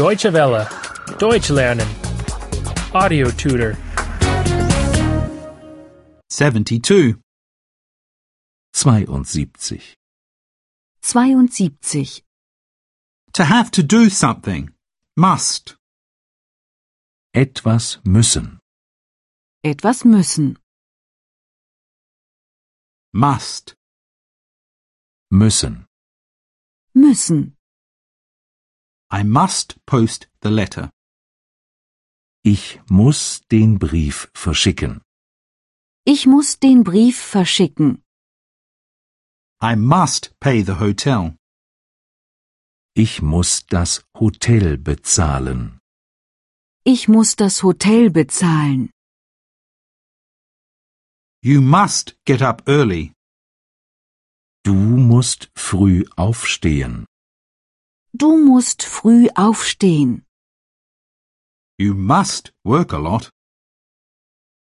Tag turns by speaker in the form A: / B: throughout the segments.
A: Deutsche Welle. Deutsch lernen. Audio tutor.
B: 72.
C: 72.
D: 72.
B: To have to do something. Must.
C: Etwas müssen.
D: Etwas müssen.
B: Must.
C: Müssen.
D: Müssen.
B: I must post the letter.
C: Ich muss den Brief verschicken.
D: Ich muss den Brief verschicken.
B: I must pay the hotel.
C: Ich muss das Hotel bezahlen.
D: Ich muss das Hotel bezahlen.
B: You must get up early.
C: Du musst früh aufstehen.
D: Du musst früh aufstehen.
B: You must work a lot.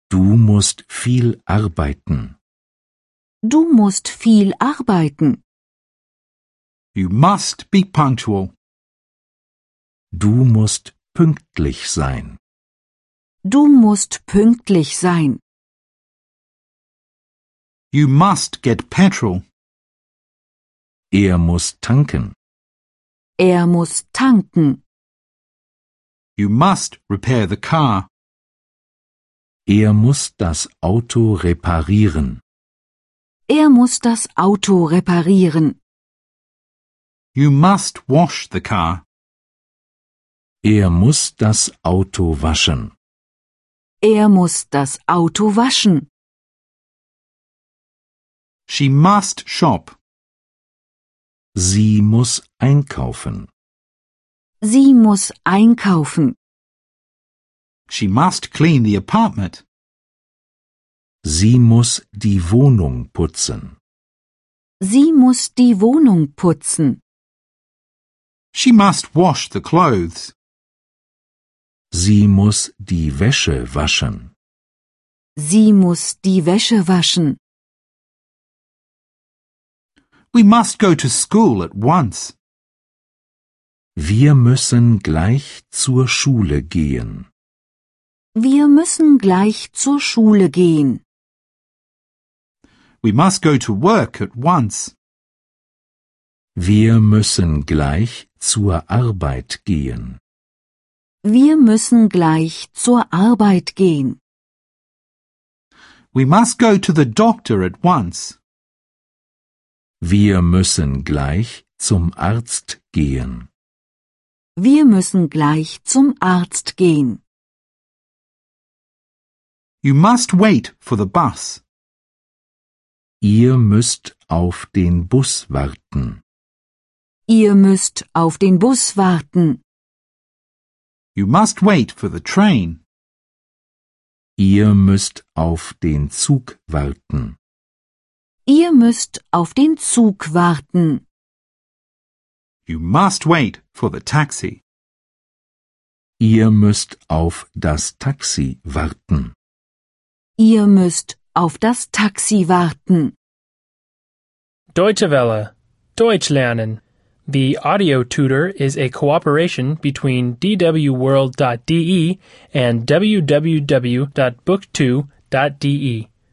C: Du musst viel arbeiten.
D: Du musst viel arbeiten.
B: You must be punctual.
C: Du musst pünktlich sein.
D: Du musst pünktlich sein.
B: You must get petrol.
C: Er muss tanken.
D: Er muss tanken.
B: You must repair the car.
C: Er muss das Auto reparieren.
D: Er muss das Auto reparieren.
B: You must wash the car.
C: Er muss das Auto waschen.
D: Er muss das Auto waschen.
B: She must shop.
C: Sie muss einkaufen.
D: Sie muss einkaufen.
B: She must clean the apartment.
C: Sie muss die Wohnung putzen.
D: Sie muss die Wohnung putzen.
B: She must wash the clothes.
C: Sie muss die Wäsche waschen.
D: Sie muss die Wäsche waschen.
B: We must go to school at once.
C: Wir müssen gleich zur Schule gehen.
D: Wir müssen gleich zur Schule gehen.
B: We must go to work at once.
C: Wir müssen gleich zur Arbeit gehen.
D: Wir müssen gleich zur Arbeit gehen.
B: We must go to the doctor at once.
C: Wir müssen gleich zum Arzt gehen.
D: Wir müssen gleich zum Arzt gehen.
B: You must wait for the bus.
C: Ihr müsst auf den Bus warten.
D: Ihr müsst auf den Bus warten.
B: You must wait for the train.
C: Ihr müsst auf den Zug warten.
D: Ihr müsst auf den Zug warten.
B: You must wait for the taxi.
C: Ihr müsst auf das Taxi warten.
D: Ihr müsst auf das Taxi warten.
A: Deutsche Welle. Deutsch lernen. The audio tutor is a cooperation between E dwworld.de and www.book2.de.